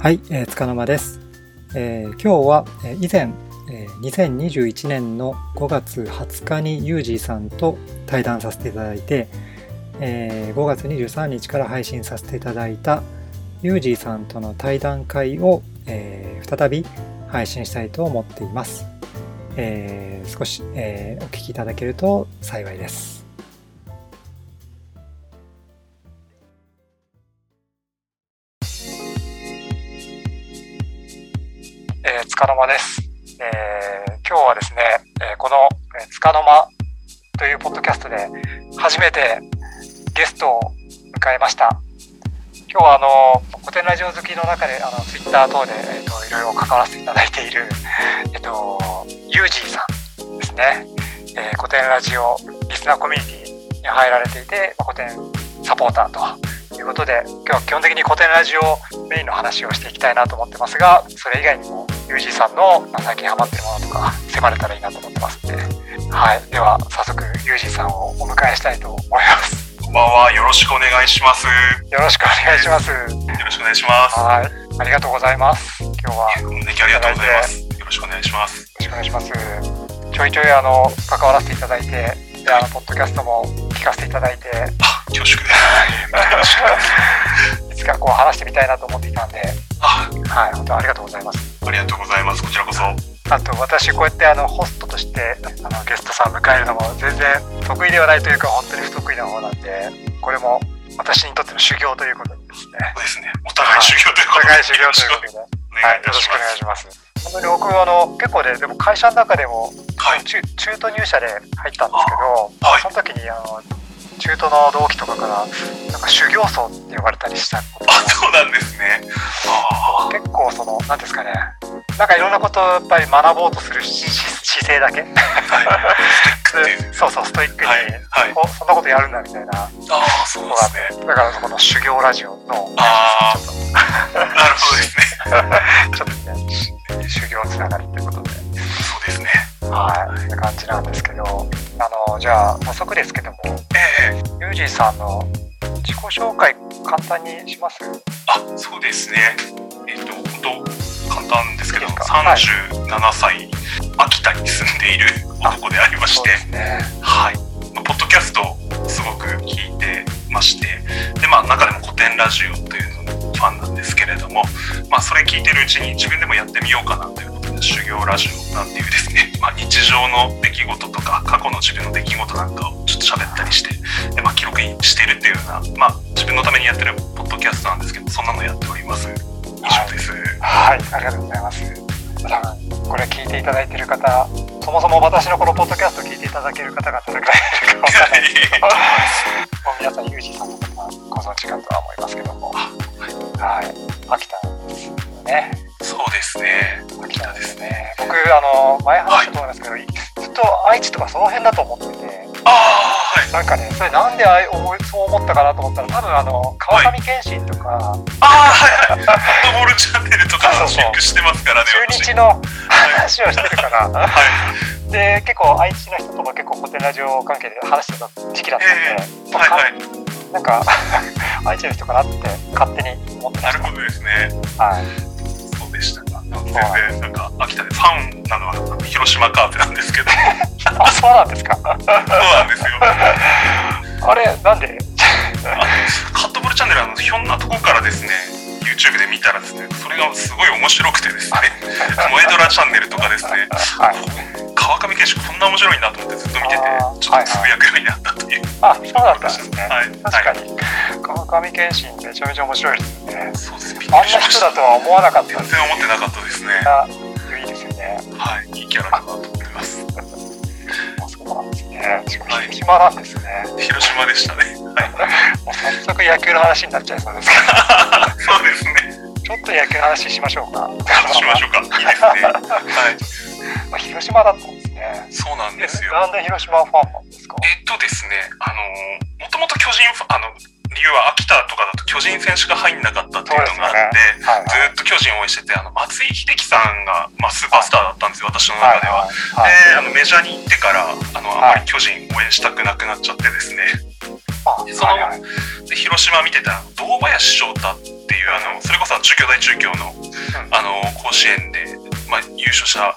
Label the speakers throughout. Speaker 1: はい、えー、つかの間です、えー、今日は、えー、以前、えー、2021年の5月20日にユージーさんと対談させていただいて、えー、5月23日から配信させていただいたユージーさんとの対談会を、えー、再び配信したいと思っています、えー、少し、えー、お聞きいただけると幸いですえー、つかの間です、えー、今日はですね、えー、この「つかの間」というポッドキャストで初めてゲストを迎えました今日はあの古典ラジオ好きの中であのツイッター等で、えーと、といろいろ関わらせていただいている、えーと、とユージーさんですね、えー、古典ラジオリスナーコミュニティに入られていて古典サポーターとということで今日は基本的に古典ラジオメインの話をしていきたいなと思ってますがそれ以外にも UG さんの最近ハマってるものとか迫れたらいいなと思ってますんで、はい、では早速 UG さんをお迎えしたいと思います
Speaker 2: こんばんはよろしくお願いします
Speaker 1: よろしくお願いします
Speaker 2: よろしくお願いします
Speaker 1: はいありがとうございます今日は
Speaker 2: ありがとうございますよろしくお願いします
Speaker 1: よろしくお願いしますちょいちょいあの関わらせていただいてであのポッドキャストも聞かせていただいて
Speaker 2: 恐縮です
Speaker 1: いつかこう話してみたいなと思っていたんではい本当ありがとうございます
Speaker 2: ありがとうございますこちらこそ
Speaker 1: あと私こうやってあのホストとしてあのゲストさん迎えるのも全然得意ではないというか本当に不得意な方なんでこれも私にとっての修行ということですね
Speaker 2: そうですねお互い修行ということ
Speaker 1: で、はい、お互い修行ということではい、よろしくお願いします。本当に僕はあの結構ね、でも会社の中でも、はい、中中途入社で入ったんですけど、はい、その時にあの中途の同期とかからなんか修行僧って呼ばれたりしたあ
Speaker 2: そうなんですね
Speaker 1: 結構その何ですかねなんかいろんなことをやっぱり学ぼうとする姿勢だけ、はい、そうそうストイックに、はいはい、そんなことやるんだみたいなあ
Speaker 2: あそうです
Speaker 1: ねだからこの修行ラジオの
Speaker 2: ああなるほどですね
Speaker 1: ちょっとね修行つながりということで
Speaker 2: そうですね
Speaker 1: はい、って感じなんですけど、あのじゃあ早速ですけども、えー、ユージーさんの自己紹介簡単にします？
Speaker 2: あ、そうですね。えっ、ー、と本当簡単ですけど、三十七歳、はい、秋田に住んでいる男でありまして、ね、はい、まあ、ポッドキャストすごく聞いてまして、でまあ中でも古典ラジオというのファンなんですけれども、まあそれ聞いてるうちに自分でもやってみようかなという。修行ラジオなんていうですね、 まあ、日常の出来事とか過去の自分の出来事なんかをちょっと喋ったりしてで、まあ、記録にしてるっていうような、まあ、自分のためにやってるポッドキャストなんですけどそんなのやっております以上です、
Speaker 1: はい、はい、ありがとうございます多分これ聞いていただいてる方そもそも私のこのポッドキャスト聞いていただける方がどれくらいい るか分からないですけどもう皆さんユージさんのことはご存知かとは思いますけどもはい秋田ですよね
Speaker 2: そうですね。
Speaker 1: 秋田ですね。僕あの前話したと思いますけど、はい、ずっと愛知とかその辺だと思ってて。
Speaker 2: ああ、はい。、
Speaker 1: なんかね、それなんであい思いそう思ったかなと思ったら、多分あの川上謙信とか。はい
Speaker 2: ああ、はいはい。フットボールチャンネルとか注目してますからね。
Speaker 1: 中日の話をしてるから。はい。で結構愛知の人とも結構古典ラジオ関係で話してた時期だったんで、えー、はいはい、なんか 愛知の人かなって勝手に思ってま
Speaker 2: した。なるほどですね。
Speaker 1: はい。
Speaker 2: でしたが、全然なんか秋田でファンなのは広島カープなんですけど。
Speaker 1: あ、そうなんですか。
Speaker 2: そうなんですよ。
Speaker 1: あれ、なんで。
Speaker 2: カットボールチャンネル、あの、ひょんなとこからですね。YouTube で見たらですね、それがすごい面白くてですね、萌えドラチャンネルとかですね、はい、川上健志こんな面白いなと思ってずっと見てて、ちょっとつぶやくようになったという。
Speaker 1: あ、そうだったんですね。はい、確かに。川上健信めちゃめちゃ面白いですね。
Speaker 2: そうですね。
Speaker 1: あんな人だとは思わなかった。
Speaker 2: 全然思ってなかったですね。
Speaker 1: いいですよね。
Speaker 2: はい、いいキャラだなと思います。
Speaker 1: そうなんですね。広島なんですね。
Speaker 2: 広島でしたね。
Speaker 1: 早速野球の話になっちゃいそうですけ
Speaker 2: ど。そうですね。
Speaker 1: ちょっと野球の話しましょうか。
Speaker 2: しましょう か。いいですね。
Speaker 1: はい。まあ広島だったんですね。
Speaker 2: そうなんですよ。
Speaker 1: なんで広島ファンなんですか。
Speaker 2: えっとですね、あのもともと巨人あの理由は秋田とかだと巨人選手が入んなかったっていうのがあって、ねはいはい、ずっと巨人を応援しててあの松井秀喜さんが、まあ、スーパースターだったんですよ、私の中では。であのメジャーに行ってからあのあんまり巨人応援したくなくなっちゃってですね、はい、その、はいはい、広島見てた堂林翔太ってっていうあのそれこそ中京大中京の
Speaker 1: うん
Speaker 2: あの甲子園で、まあ、優勝した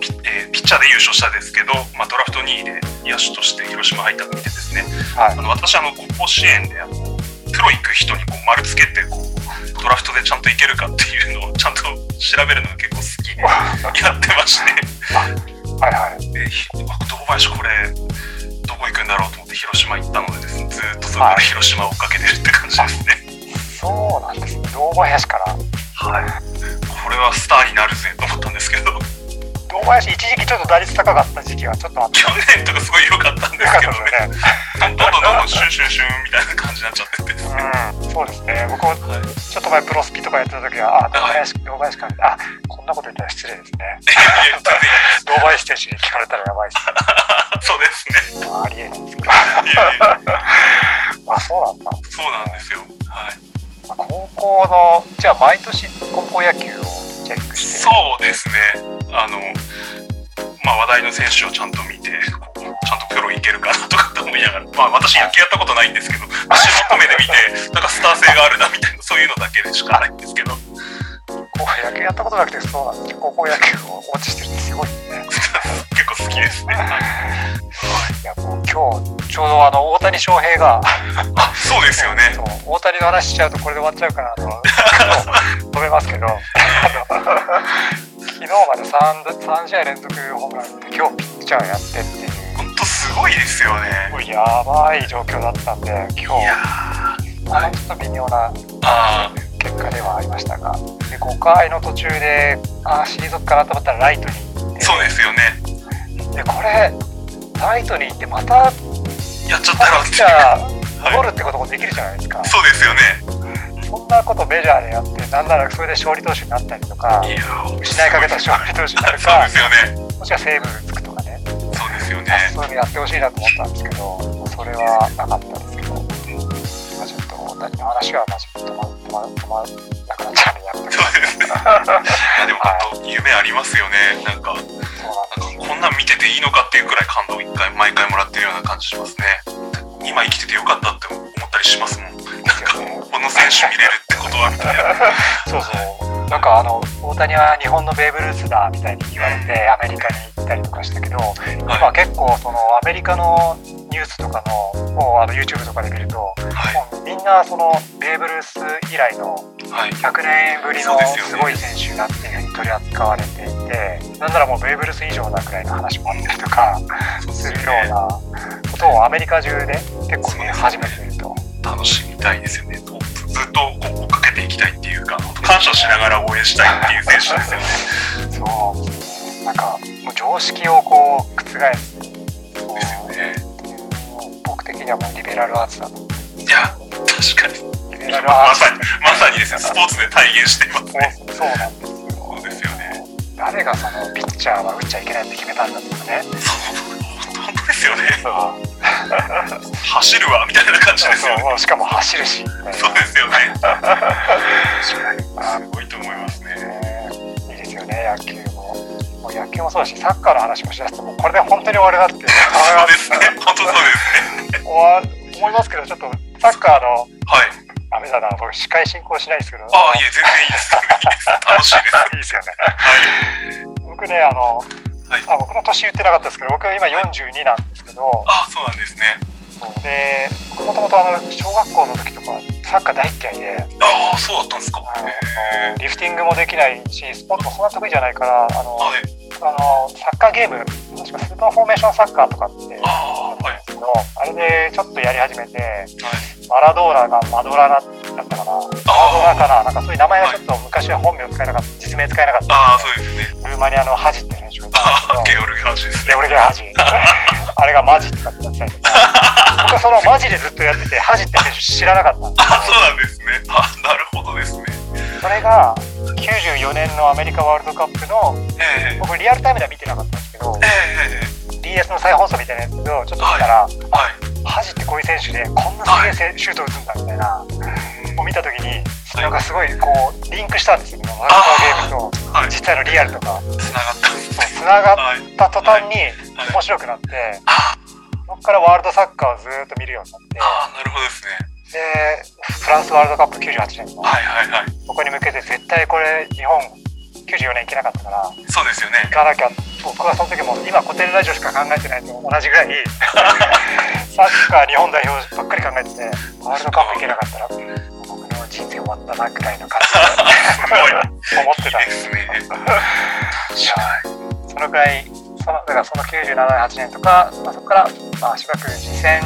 Speaker 2: ピ,、えーピッチャーで優勝したですけど、まあ、ドラフト2位で野手として広島入ったのを見てですね、
Speaker 1: はい
Speaker 2: あの私あのこう甲子園であのプロ行く人にこう丸つけてこうドラフトでちゃんといけるかっていうのをちゃんと調べるのが結構好きでやってまして、
Speaker 1: はいはい。
Speaker 2: でひあ堂林これどこ行くんだろうと思って広島行ったのでです、ね、ずーっとそれから広島を追っかけてるって感じですね。
Speaker 1: そうなんですね。堂林から。
Speaker 2: はい、これはスターになるぜと思ったんですけど。
Speaker 1: 堂林、一時期ちょっと打率高かった時期はちょっとあった
Speaker 2: 去年とかすごい良かったんで
Speaker 1: よ
Speaker 2: す
Speaker 1: かっ
Speaker 2: け
Speaker 1: た
Speaker 2: ど
Speaker 1: で
Speaker 2: ね、
Speaker 1: すよね。
Speaker 2: どんどんどんどんシュンシュンシュンみたいな感じになっちゃってて、は
Speaker 1: うん、そうですね。僕も
Speaker 2: い、
Speaker 1: ちょっと前プロスピとかやってた時は、あ、堂林、堂林から、あ、こんなこと言ったら失礼ですね。
Speaker 2: いや
Speaker 1: 堂
Speaker 2: 全
Speaker 1: 林選手に聞かれたらやばいです
Speaker 2: 然そうですね、
Speaker 1: ね。まあ、ありえないですけど。
Speaker 2: いやいや
Speaker 1: あ、そうなんだ。
Speaker 2: そうなんですよ、はい、
Speaker 1: まあ高校の、じゃあ毎年高校野球をチェックして。
Speaker 2: そうですね、あの、まあ、話題の選手をちゃんと見て、ここちゃんとプロいけるかなとかって思いながら、まあ、私、野球やったことないんですけど、足元目で見て、なんかスター性があるなみたいな、そういうのだけでしかないんですけど、
Speaker 1: 高校野球やったことなくて、そうなんですね。高校野球を落ちしてるってすごいですね。
Speaker 2: 結構好きですね。はい
Speaker 1: いやもう今日ちょうどあの大谷翔平が
Speaker 2: あそうですよね
Speaker 1: そう大谷の話しちゃうとこれで終わっちゃうからあの 止めますけどあの 昨日まで 3, 3試合連続ホームランで今日ピッチャーやってっていう
Speaker 2: ほんとすごいですよ
Speaker 1: す
Speaker 2: ね。
Speaker 1: ごいやばい状況だったんで今
Speaker 2: いや
Speaker 1: 日あのちょっと微妙な
Speaker 2: ーあー
Speaker 1: 結果ではありましたがで5回の途中であー退くかなと思ったらライトに行って
Speaker 2: そうですよね。
Speaker 1: でこれライトに行ってまたピ
Speaker 2: やっちゃったら
Speaker 1: ッチャー
Speaker 2: はい
Speaker 1: 戻るってこともできるじゃないですか。
Speaker 2: そうですよね。
Speaker 1: そんなことメジャーでやって、なんならそれで勝利投手になったりとか、
Speaker 2: いやー
Speaker 1: 失いかけた勝利投手になる
Speaker 2: そう
Speaker 1: か
Speaker 2: で、すよね。
Speaker 1: もしくはセーブつくとかね、
Speaker 2: そうですよね。
Speaker 1: そういうのやってほしいなと思ったんですけど、それはなかったですけど、まあ、ちょっと大谷の話はまあちょっと止ま止ま止まなくなっちゃうんでやめて
Speaker 2: そうですね。いやでも本当夢ありますよね。なんかなんか
Speaker 1: そうなんです
Speaker 2: こんなん見てていいのかっていうくらい感動を一回毎回もらってるような感じしますね。今生きててよかったって思ったりしますもん。なんかこの選手見れるってことはみたいな。
Speaker 1: そうそう。なんかあの大谷は日本のベーブ・ルースだみたいに言われてアメリカに行ったりとかしたけど、今結構そのアメリカのニュースとかのをあの YouTube とかで見ると、も
Speaker 2: は
Speaker 1: うみんなそのベーブ・ルース以来の
Speaker 2: いはい。
Speaker 1: 100年ぶり
Speaker 2: そ
Speaker 1: の
Speaker 2: うですよね
Speaker 1: すごい選手だっていうふうに取り扱われていて、なんならもうベーブ・ルース以上なくらいの話もあったりとか
Speaker 2: そうです
Speaker 1: す
Speaker 2: よ
Speaker 1: るよう
Speaker 2: ね。
Speaker 1: なことをアメリカ中で結構見始めていると。
Speaker 2: 楽しみたいですよね。ずっとこう追っかけていきたいっていうか、感謝しながら応援したいっていう選手ですよね。
Speaker 1: そうなんかもう常識をこう覆す
Speaker 2: そうですよね。
Speaker 1: 僕的にはもうリベラルアーツだと
Speaker 2: いや確かに。
Speaker 1: リベラルア
Speaker 2: ま
Speaker 1: ーツ
Speaker 2: さに、まさにですね、スポーツで体現していますね。
Speaker 1: そうそうなんですよ
Speaker 2: そうですよね。
Speaker 1: 誰がそのピッチャーは打っちゃいけないって決めたんだとかね
Speaker 2: そう、本当ですよね。
Speaker 1: そう
Speaker 2: 走るわみたいな感じですよね。
Speaker 1: そうしかも走 るしみたいな
Speaker 2: そうですよね。
Speaker 1: あ
Speaker 2: すごいと思いますね。
Speaker 1: ねいいですよね野球ももう野球もそうだしサッカーの話もしだすともうこれで本当に終わるなっていう
Speaker 2: そうですね。本当そうですね。
Speaker 1: 終わ思いますけどちょっとサッカーの
Speaker 2: はい。
Speaker 1: ダメだな僕司会進行しないですけど
Speaker 2: ああ、いえ、全然いいです。いいです楽しいで
Speaker 1: いいです
Speaker 2: す。
Speaker 1: よね
Speaker 2: は
Speaker 1: 僕ねあの、
Speaker 2: はい
Speaker 1: あ僕の年言ってなかったですけど僕は今42なんですけど、
Speaker 2: い。あ、そうなんですね。
Speaker 1: で僕もともとあの小学校の時とかサッカー大嫌いで、
Speaker 2: ああ、そうだったんですか。
Speaker 1: あの
Speaker 2: へえ
Speaker 1: リフティングもできないしスポーツもそんな得意じゃないからあの
Speaker 2: はい。
Speaker 1: あのサッカーゲーム確かスーパーフォーメーションサッカーとかって
Speaker 2: ああ、はい。
Speaker 1: けどあれでちょっとやり始めて
Speaker 2: はい。
Speaker 1: マラドーラがマドララだったかなマラド
Speaker 2: あ
Speaker 1: ラ
Speaker 2: あ。
Speaker 1: かななんかそういう名前はちょっと昔は本名使えなかった実名使えなかった
Speaker 2: ああ、そうですね。
Speaker 1: ルーマニアのハジって選手がいた
Speaker 2: ああ、
Speaker 1: んですけど
Speaker 2: ゲオルギア氏です
Speaker 1: で
Speaker 2: ね。
Speaker 1: 俺がハ ジあれがマジとかってやってたりとか僕はそのマジでずっとやっててハジって選手知らなかったんです
Speaker 2: あ、そうなんですね。あ、なるほどですね。
Speaker 1: けどそれが94年のアメリカワールドカップの
Speaker 2: ええ。
Speaker 1: 僕リアルタイムでは見てなかったんですけど
Speaker 2: ええ。
Speaker 1: BS の再放送みたいなやつをちょっと見たら、
Speaker 2: はい。
Speaker 1: ハジってこういう選手でこんなすげえせシュート打つんだみたいなを見た時になんかすごいこうリンクしたんですよねワールドカップゲーム
Speaker 2: はい
Speaker 1: と。実際のリアルとか
Speaker 2: つながったんですね。
Speaker 1: つながっ
Speaker 2: はい。
Speaker 1: た途端に
Speaker 2: はい
Speaker 1: 面白くなって
Speaker 2: あ
Speaker 1: そこからワールドサッカーをずーっと見るようになって
Speaker 2: あ、なるほどですね。
Speaker 1: で、フランスワールドカップ98年の、
Speaker 2: はいはいはい。
Speaker 1: そこに向けて絶対これ、日本94年行けなかったから、
Speaker 2: そうですよね
Speaker 1: 行。かなきゃ、僕はその時も今、古典ラジオしか考えてないのと同じぐら い、サッカー日本代表ばっかり考えてて、ワールドカップ行けなかったら、僕の人生終わったなぐらいの感
Speaker 2: すごい。
Speaker 1: じで思ってたん
Speaker 2: いい
Speaker 1: で。
Speaker 2: ですすね。
Speaker 1: そのぐらい、そのだからその97年、8年とか、まあ、そこから、まあ、しばらく2000、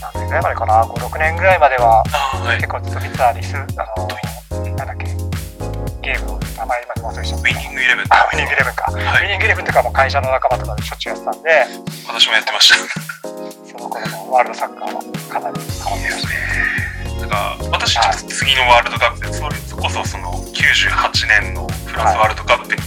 Speaker 1: 何年ぐらいまでかな、5、6年ぐらいまでは、
Speaker 2: あーはい。
Speaker 1: 結構ずっと実はリス、あの、なんだっけ、ゲームの名前まで忘れちゃっ
Speaker 2: ウ
Speaker 1: た。
Speaker 2: ィニングイレブン。
Speaker 1: あ、ウィニングイレブンか。
Speaker 2: は
Speaker 1: ウィ
Speaker 2: い。
Speaker 1: ニングイレブンとかも会社の仲間とかでしょっちゅうやってたんで、
Speaker 2: 私もやってました。
Speaker 1: その頃のワールドサッカーはかなり変わってました。
Speaker 2: だから私ちょっと次のワールドカップでそれこそその98年のフランスワールドカップに、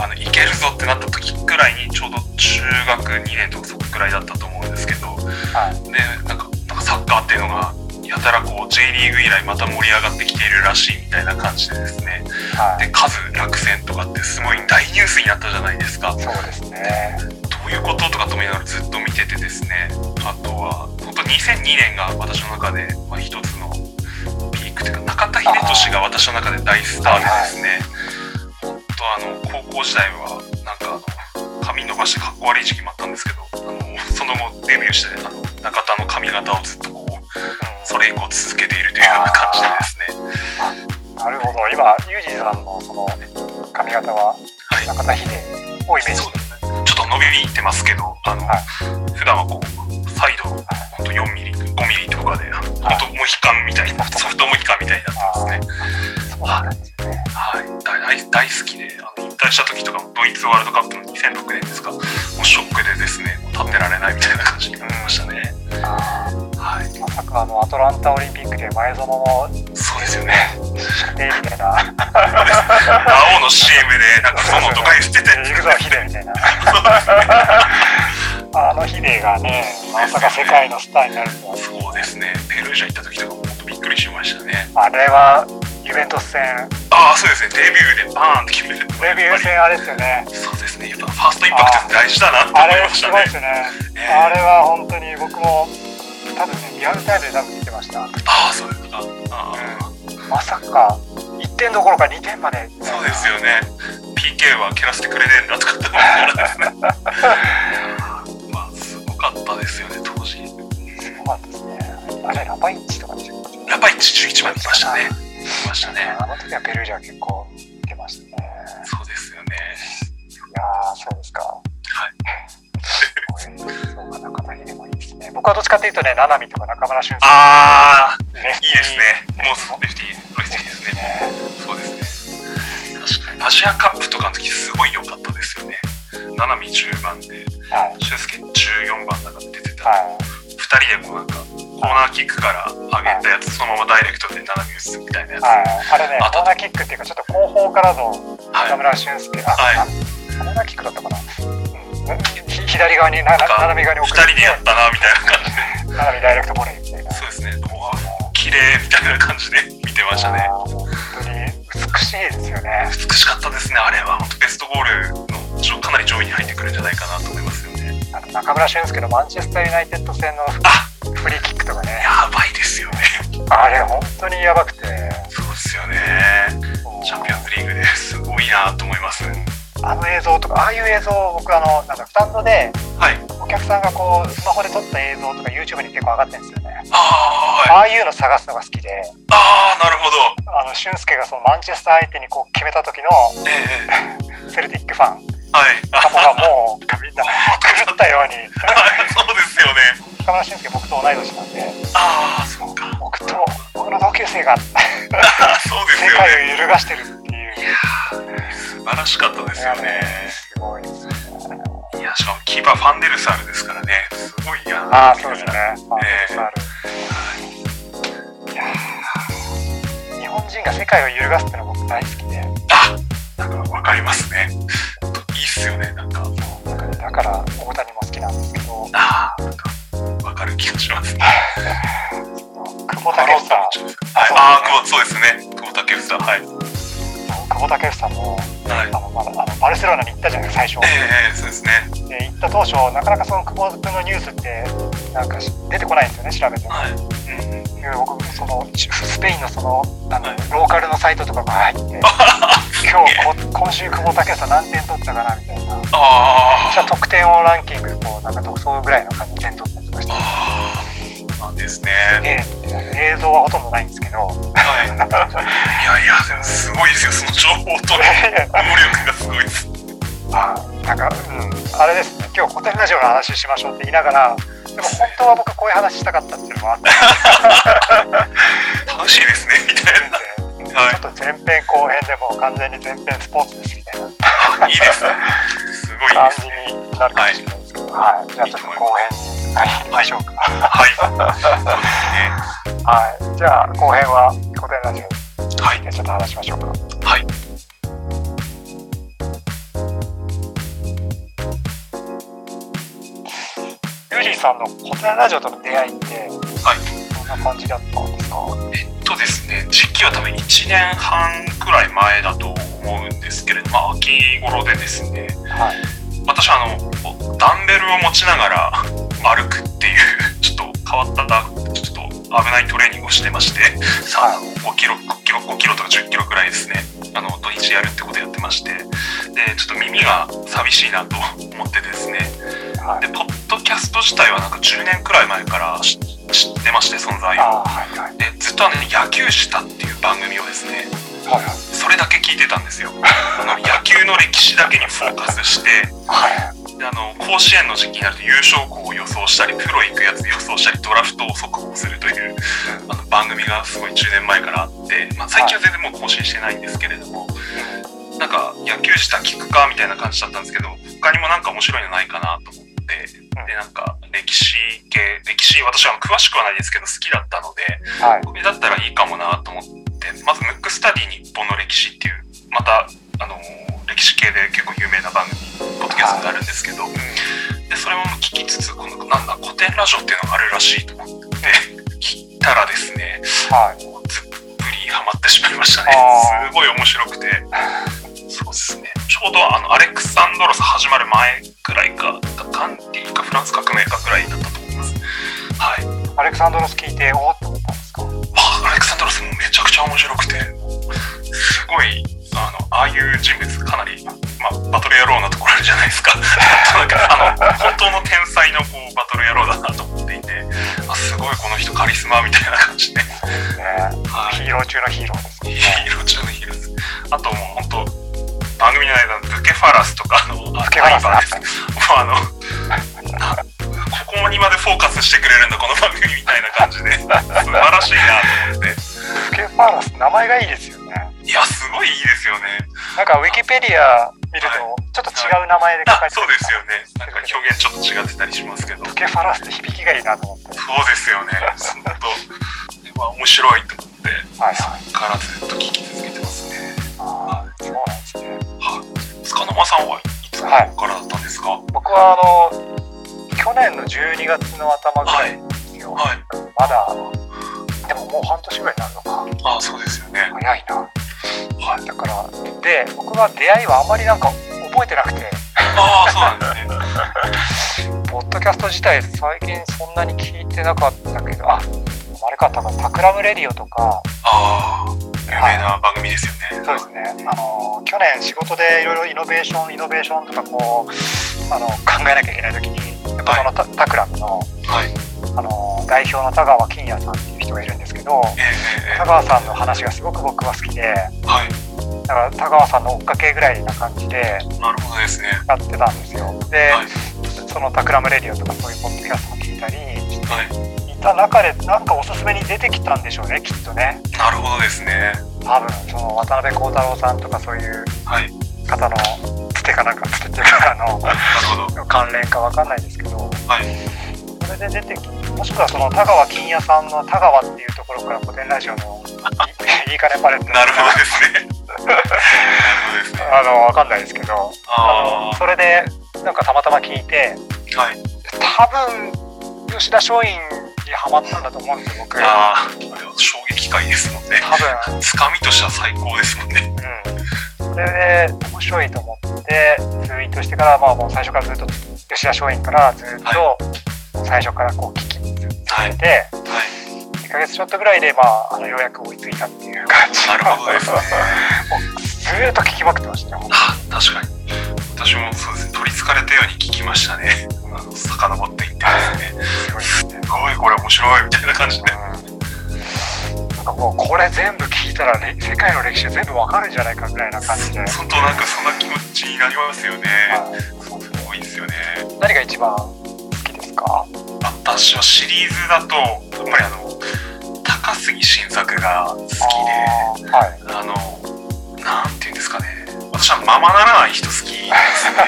Speaker 2: あの行けるぞってなった時くらいにちょうど中学2年とかそこくらいだったと思うんですけど
Speaker 1: はい。
Speaker 2: でなんかなんかサッカーっていうのがやたらこう J リーグ以来また盛り上がってきているらしいみたいな感じでですね
Speaker 1: は
Speaker 2: で数落選とかってすごい大ニュースになったじゃないですか
Speaker 1: い。そうですね。
Speaker 2: どういうこととかと思いながらずっと見ててですねあとは本当2002年が私の中で、まあ、一つのピークというか中田英寿が私の中で大スターでですね本当あの高校時代はなんかあの髪伸ばしてかっこ悪い時期もあったんですけどあのその後デビューしてあの中田の髪型をずっとこうそれ以降続けているというような感じでですね
Speaker 1: なるほど。今、ユージさんのその髪型は
Speaker 2: はい
Speaker 1: 中田秀をイメージ
Speaker 2: そ
Speaker 1: し
Speaker 2: うですねちょっと伸びってますけどあの、
Speaker 1: はい
Speaker 2: 普段はこうサイドをほんと4ミリ5ミリとかで本当モヒカンみたいなソフトモヒカンみたいになってますね
Speaker 1: てそうなんですよね。
Speaker 2: はい大大大好きであの引退した時とかもドイツワールドカップの2006年ですかもうショックでですねもう立ってられないみたいな感じになりましたね
Speaker 1: あー
Speaker 2: はい
Speaker 1: まさかあのアトランタオリンピックで前園の
Speaker 2: そうですよね
Speaker 1: 射程みたいな、
Speaker 2: 青の CM でなんかそのとか言ってて
Speaker 1: 行くぞ、ヒデみたい な。あのヒデがね、まさか世界のスターになるとは。
Speaker 2: そうですねペルージャ行った時とかも本当びっくりしましたね
Speaker 1: あれは、ユベントス戦、
Speaker 2: ああそうですねデビューでバーンって決める
Speaker 1: デビュー戦あれですよね。
Speaker 2: そうですねやっぱファーストインパクトって大事だなって
Speaker 1: あ
Speaker 2: 思い
Speaker 1: れ
Speaker 2: まし
Speaker 1: す
Speaker 2: た
Speaker 1: ごい
Speaker 2: ね
Speaker 1: ですよね。
Speaker 2: ね
Speaker 1: あれは本当に僕も、多分ね、リアルタイムで多分見てました。
Speaker 2: ああそういうことかああ
Speaker 1: まさか、1点どころか2点まで。
Speaker 2: そうですよね PK は蹴らせてくれねえんだとかって思いながらですねまあすごかったですよね当時
Speaker 1: すごかったですね。あれ、ラパイッチとかでしたっけ
Speaker 2: ラパイッチ11番いましたねいましたね
Speaker 1: あの時はペルージャは結構見てましたね。
Speaker 2: そうですよね
Speaker 1: いやー、そうですか。
Speaker 2: は
Speaker 1: い。
Speaker 2: い
Speaker 1: そうか、中田秀もいいですね。僕はどっちかっていうとね、七海とか中村俊輔
Speaker 2: ああ
Speaker 1: レフ
Speaker 2: い
Speaker 1: ティ
Speaker 2: いですねもうステフティステフティですね
Speaker 1: ね。
Speaker 2: そうですね確かにアジアカップとかの時すごい良かったですよね七海10番で
Speaker 1: はい。
Speaker 2: 俊介14番だから出てた
Speaker 1: はい。
Speaker 2: 2人でもなんかコーナーキックから上げたやつそのままダイレクトで斜め打つみたいなやつ、
Speaker 1: はい、あれね、
Speaker 2: あと
Speaker 1: コーナーキックっていうか、ちょっと後方からの
Speaker 2: はい
Speaker 1: 中村俊輔、あ、
Speaker 2: はい
Speaker 1: あコーナーキックだったかな、うんひ左側にな、な
Speaker 2: なんか
Speaker 1: 斜め側に
Speaker 2: 2
Speaker 1: 送
Speaker 2: 人でやったなみたいな感じで
Speaker 1: 斜めダイレクトボレーみたいな。
Speaker 2: そうですねうわ綺麗みたいな感じで見てましたね
Speaker 1: あー本当に美しいですよね。
Speaker 2: 美しかったですねあれは本当ベストゴールの上かなり上位に入ってくるんじゃないかなと思いますよね
Speaker 1: あと中村俊輔のマンチェスター・ユナイテッド戦の
Speaker 2: あ
Speaker 1: フリーキックとかね、
Speaker 2: やばいですよね
Speaker 1: あれ、本当にやばくて、
Speaker 2: そうですよね
Speaker 1: もう
Speaker 2: チャンピオンズリーグですごいなと思いますはい
Speaker 1: あの映像とか、ああいう映像を僕、あのなんかスタンドで、お客さんがこうスマホで撮った映像とか、YouTube に結構上がってるんですよね。
Speaker 2: ああはい
Speaker 1: ああいうの探すのが好きで。
Speaker 2: ああなるほど
Speaker 1: あの俊介がそのマンチェスター相手にこう決めた時の
Speaker 2: ええ
Speaker 1: セルティックファン
Speaker 2: はいあ
Speaker 1: カポがもうみんな狂ったように
Speaker 2: そうですよね
Speaker 1: 中村俊介僕と同い年なんで
Speaker 2: ああそうか
Speaker 1: 僕と僕の同級生が
Speaker 2: あーそうです
Speaker 1: 世
Speaker 2: よね
Speaker 1: 界を揺るがしてるっていう
Speaker 2: 素晴らしかったですよね。
Speaker 1: すごいですね
Speaker 2: いや、しかもキーパーファンデルサールですからね。すごいや
Speaker 1: ああそうですね。まあ
Speaker 2: ええ
Speaker 1: ファウルいやー日本人が世界を揺るがすってのは僕大好きで
Speaker 2: あなんかわかりますね。いいっすよね、なんか。
Speaker 1: だから大谷も好きなんですけど
Speaker 2: ああ、なんか、わかる気がしますね。
Speaker 1: 久保建英
Speaker 2: さん。はい。ああ、久保、そうですね。久保建英さん。はい。
Speaker 1: 久保建英さんも
Speaker 2: はい。
Speaker 1: あのまだあのバルセロナに行ったじゃないですか最初
Speaker 2: ええそうですね。
Speaker 1: で行った当初なかなかその久保君のニュースってなんかし出てこないんですよね調べても
Speaker 2: はい。うん。
Speaker 1: でろいろ僕そのスペインのそのあのローカルのサイトとかが 入って今日こ今週久保建英何点取ったかなみたいな
Speaker 2: あ
Speaker 1: じゃあ得点をランキングこうなんか独走ぐらいの感じで点取ったりとかして
Speaker 2: あーなんですね。
Speaker 1: で映像はほとんどないんですけど
Speaker 2: はい。いやいや、でもすごいですよ、その情報との能力がすごいです。
Speaker 1: あなんか、うん、あれですね今日古典ラジオの話しましょうって言いながらでも本当は僕こういう話したかったっていうのもあった
Speaker 2: 楽しいですね、みたい
Speaker 1: ん
Speaker 2: な。
Speaker 1: で、
Speaker 2: はい
Speaker 1: ちょっと前編後編でもう完全に前編スポーツですみたいない
Speaker 2: いですね。すごい
Speaker 1: 感
Speaker 2: です
Speaker 1: じ
Speaker 2: ね。
Speaker 1: になるかもしれないですけど、はいじゃあちょっと後編に入りましょうか
Speaker 2: はい。そ
Speaker 1: はいじゃあ後編は古典ラジオ
Speaker 2: うですね。はい。
Speaker 1: でちょっと話しましょうか
Speaker 2: はい。
Speaker 1: ユージさんの古典ラジオとの出会いって
Speaker 2: はい。
Speaker 1: どんな感じだったんですか
Speaker 2: えっとですね、時期は多分1年半くらい前だと思うんですけれど、まあ、秋頃でですね、
Speaker 1: はい
Speaker 2: 私はあのこうダンベルを持ちながら歩くっていうちょっと変わったちょっと危ないトレーニングをしてましてさあ5キロ5キロ5キロとか10キロくらいですねあの土日やるってことやってましてでちょっと耳が寂しいなと思ってですね
Speaker 1: はい
Speaker 2: でポッドキャスト自体はなんか10年くらい前から知知ってまして存在を
Speaker 1: あーはいはい
Speaker 2: でずっとあの野球したっていう番組をですね
Speaker 1: はいはい
Speaker 2: それだけ聞いてたんですよあの野球の歴史だけにフォーカスして
Speaker 1: はい
Speaker 2: であの甲子園の時期になると優勝校を予想したりプロ行くやつ予想したりドラフトを速報するというあの番組がすごい10年前からあって、まあ、最近は全然もう更新してないんですけれども、なんか野球した聞くかみたいな感じだったんですけど他にもなんか面白いのないかなと思って
Speaker 1: うん
Speaker 2: でなんか歴史系歴史私は詳しくはないですけど好きだったので
Speaker 1: はい
Speaker 2: これだったらいいかもなと思ってまず「ムックスタディ日本の歴史」っていうまたあの歴史系で結構有名な番組ポッドキャストがあるんですけど。でそれも聞きつつこのなんだ古典ラジオっていうのがあるらしいと思って聞いたらですね
Speaker 1: はい
Speaker 2: もうずっぷりハマってしまいましたね
Speaker 1: あー
Speaker 2: すごい面白くてそうですねちょうどあのアレクサンドロス始まる前くらいかガンディーかフランス革命かくらいだったと思いますはい
Speaker 1: アレクサンドロス聞いておおっと思ったんですか
Speaker 2: わあアレクサンドロスもめちゃくちゃ面白くてすごいあのああいう人物かなり、まあ、バトル野郎なところあるじゃないですか なんかあの本当の天才のこうバトル野郎だなと思っていてあすごいこの人カリスマみたいな感じで、
Speaker 1: ね
Speaker 2: はい、
Speaker 1: ヒーロー中のヒーローですね
Speaker 2: ヒーロー中のヒーローですあともう本当番組の間のブケファラスとかあの
Speaker 1: つけ話
Speaker 2: ア
Speaker 1: だ
Speaker 2: イバーですもうあのなここにまでフォーカスしてくれるんだこの番組みたいな感じで素晴らしいなと思って
Speaker 1: スケファーラス名前がいいですよね
Speaker 2: いやすごいいいですよね
Speaker 1: なんかウィキペディア見るとちょっと違う名前で書か
Speaker 2: あ
Speaker 1: れて
Speaker 2: そ
Speaker 1: る
Speaker 2: うですよねなんか表現ちょっと違ってたりしますけどそう
Speaker 1: スケファーラスって響きがいいなと思って
Speaker 2: ですよね本当これは面白いと思って
Speaker 1: はいはい
Speaker 2: そっからずっと聞き続けてますね
Speaker 1: あーそうなんですね
Speaker 2: はい塚沼さんはいつ頃からだったんですかは
Speaker 1: 僕はあの去年の12月の頭ぐらいですよ、
Speaker 2: い
Speaker 1: まだあのでももう半年ぐらいになるのか
Speaker 2: あそうですよね
Speaker 1: 早いな
Speaker 2: はい
Speaker 1: だからで僕は出会いはあんまりなんか覚えてなくて
Speaker 2: ああそうなんですね
Speaker 1: ポッドキャスト自体最近そんなに聞いてなかったけどああれか多分タクラムレディオとか
Speaker 2: ああ有名な番組ですよね
Speaker 1: そうですねあの去年仕事でいろいろイノベーションイノベーションとかこうあの考えなきゃいけない時にやっぱそのタ,、タクラムの
Speaker 2: はい
Speaker 1: あの代表の田川金也さんっていう人がいるんですけど
Speaker 2: ええええ
Speaker 1: 田川さんの話がすごく僕は好きで
Speaker 2: ええはい
Speaker 1: だから田川さんの追っかけぐらいな感じで
Speaker 2: なるほどですね
Speaker 1: やってたんですよで、
Speaker 2: はい
Speaker 1: そのタクラムレディオとかそういうポッドキャストも聞いたり
Speaker 2: はい
Speaker 1: いた中でなんかおすすめに出てきたんでしょうねきっとね
Speaker 2: なるほどですね
Speaker 1: 多分その渡辺幸太郎さんとかそういう
Speaker 2: はい
Speaker 1: 方のつてかなんかつてっていうかあ
Speaker 2: なるほど
Speaker 1: の関連かわかんないですけど
Speaker 2: はい
Speaker 1: それで出てきもしくはその田川金也さんの田川っていうところから古典ラジオのい いいかねパレット
Speaker 2: なるほどで すねなるほどですね
Speaker 1: あのわかんないですけど
Speaker 2: あ
Speaker 1: それでなんかたまたま聞いて
Speaker 2: あはい
Speaker 1: 多分吉田松陰にハマったんだと思うんですよ僕多
Speaker 2: ああ、これは衝撃回ですもんね。
Speaker 1: 分
Speaker 2: つかみとしては最高ですもんね。
Speaker 1: うん、それで面白いと思ってツイートしてから、まあ、もう最初からずっと吉田松陰からずっと最初からこう聞き続けて、
Speaker 2: はい。はい。
Speaker 1: 2ヶ月ちょっとぐらいで、まあ、あのようやく追いついたっていう感じ
Speaker 2: なるほどですね
Speaker 1: もうずーっと聞きまくってましたね
Speaker 2: あ確かに私もそうですね取りつかれたように聞きましたね あの遡っていってですね
Speaker 1: すごいですね
Speaker 2: すごいこれ面白いみたいな感じで
Speaker 1: うんなんかもうこれ全部聞いたら、ね、世界の歴史全部わかるんじゃないかぐらいな感じで、
Speaker 2: 本当なんかそんな気持ちになりますよね
Speaker 1: はい
Speaker 2: すごいですよね
Speaker 1: 何が一番好きですか
Speaker 2: 私はシリーズだとやっぱりあの高杉晋作が好きで
Speaker 1: あーはい
Speaker 2: あのなんていうんですかね私はままならない人好 きです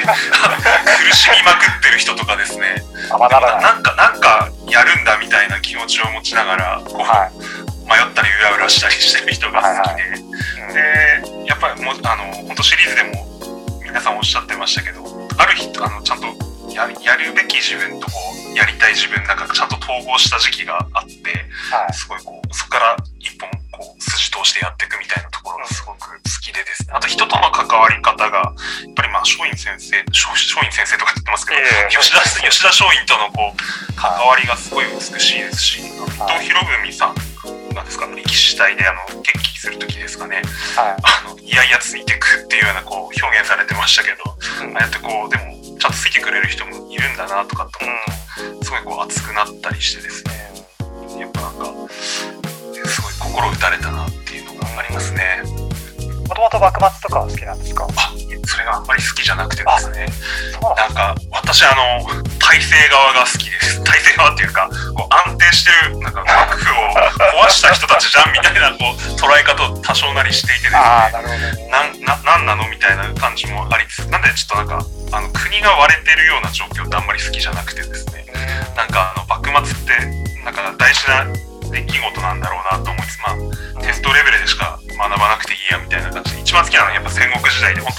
Speaker 2: ね苦しみまくってる人とかですね
Speaker 1: あまだらない
Speaker 2: なんかなんかやるんだみたいな気持ちを持ちながらこう、
Speaker 1: はい
Speaker 2: 迷ったりうらうらしたりしてる人が好きで、
Speaker 1: うん
Speaker 2: でやっぱりもうあの本当シリーズでも皆さんおっしゃってましたけどある日あのちゃんとややるべき自分とこうやりたい自分なんかちゃんと統合した時期があって
Speaker 1: はい
Speaker 2: すごいこうそこから一本こう筋通してやっていくみたいなところがすごく好きでですねあと人との関わり方がやっぱりまあ松陰先生松松陰先生とか言ってますけど、
Speaker 1: いえいえ
Speaker 2: 吉田吉田松陰とのこう関わりがすごい美しいですし、伊
Speaker 1: はい
Speaker 2: 藤博文さんなんですか歴史体であの決起する時ですかね
Speaker 1: はい
Speaker 2: あのいやいやついてくっていうようなこう表現されてましたけど、
Speaker 1: うん
Speaker 2: ああやってこうでもちゃんとついてくれる人もいるんだなとかって思うとすごいこう熱くなったりしてですねやっぱなんかすごい心打たれたなっていうのがありますね
Speaker 1: もともと幕末とかは好きなんですか
Speaker 2: あそれがあんまり好きじゃなくてですね
Speaker 1: そうなんで
Speaker 2: なんか私あの体制側が好きです 体制側っていうかこう安定してるなんか幕府を壊した人たちじゃんみたいなこう捉え方を多少なりしていてです
Speaker 1: すああ
Speaker 2: ね
Speaker 1: なるほどね
Speaker 2: なんななんなのみたいな感じもありつつなんでちょっとなんかあの国が割れてるような状況ってあんまり好きじゃなくてですねなんかあの幕末ってなんか大事な出来事なんだろうなと思いつつ、まあ、テストレベルでしか学ばなくていいやみたいな感じで一番好きなのはやっぱ戦国時代で本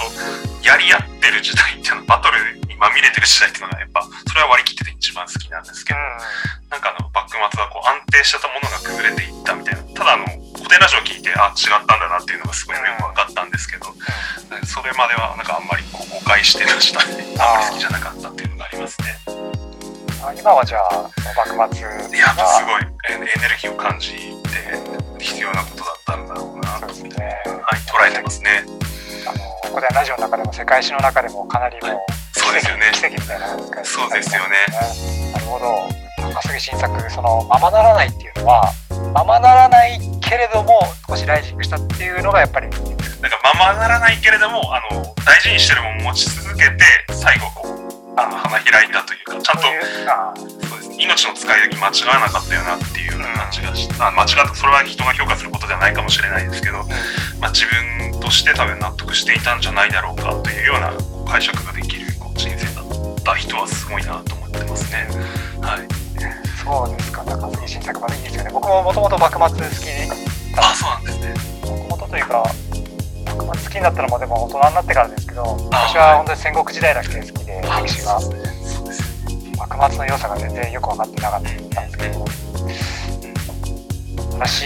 Speaker 2: 当やり合ってる時代っていうのバトルにまみれてる時代っていうのがやっぱそれは割り切ってて一番好きなんですけ
Speaker 1: う
Speaker 2: ど
Speaker 1: ん
Speaker 2: なんかあの幕末はこう安定してたものが崩れていったみたいなただあの古典ラジオ聞いてあ違ったんだなっていうのがすごいよく分かったんですけどそれまではなんかあんまりこう誤解してましたねあんまり好きじゃなかったっていうのがありますね。
Speaker 1: あ今はじゃあ幕末が
Speaker 2: いや、すごいえエネルギーを感じて必要なことだったんだろう
Speaker 1: そ
Speaker 2: な
Speaker 1: う
Speaker 2: と
Speaker 1: ですね
Speaker 2: はい、捉えてますね。
Speaker 1: あのここでラジオの中でも世界史の中でもかなりもう
Speaker 2: そうですよね。
Speaker 1: 奇跡みたいなのが
Speaker 2: そうですよね
Speaker 1: なるほど高杉晋作そのままならないっていうのはままならないけれども少しライジングしたっていうのがやっぱり
Speaker 2: なんかままならないけれども、あの大事にしてるものを持ち続けて、最後こうあの花開いたというか、ちゃん
Speaker 1: そういうあ
Speaker 2: とそうです、ね、命の使い時間違わなかったよなっていうような感じがし、あ間違ったそれは人が評価することじゃないかもしれないですけど、まあ自分として多分納得していたんじゃないだろうかというようなこう解釈ができるこう人生だった人はすごいなと思ってますね。はい。
Speaker 1: そうですか高杉晋作までいいですよね僕ももともと幕末好きで
Speaker 2: あ、そうなんですね。
Speaker 1: もとというか幕末好きになったのもでも大人になってからですけど私は本当に戦国時代だけ好きで歴史が
Speaker 2: そうですね。
Speaker 1: 幕末の良さが全然よく分かってなかったんですけど新し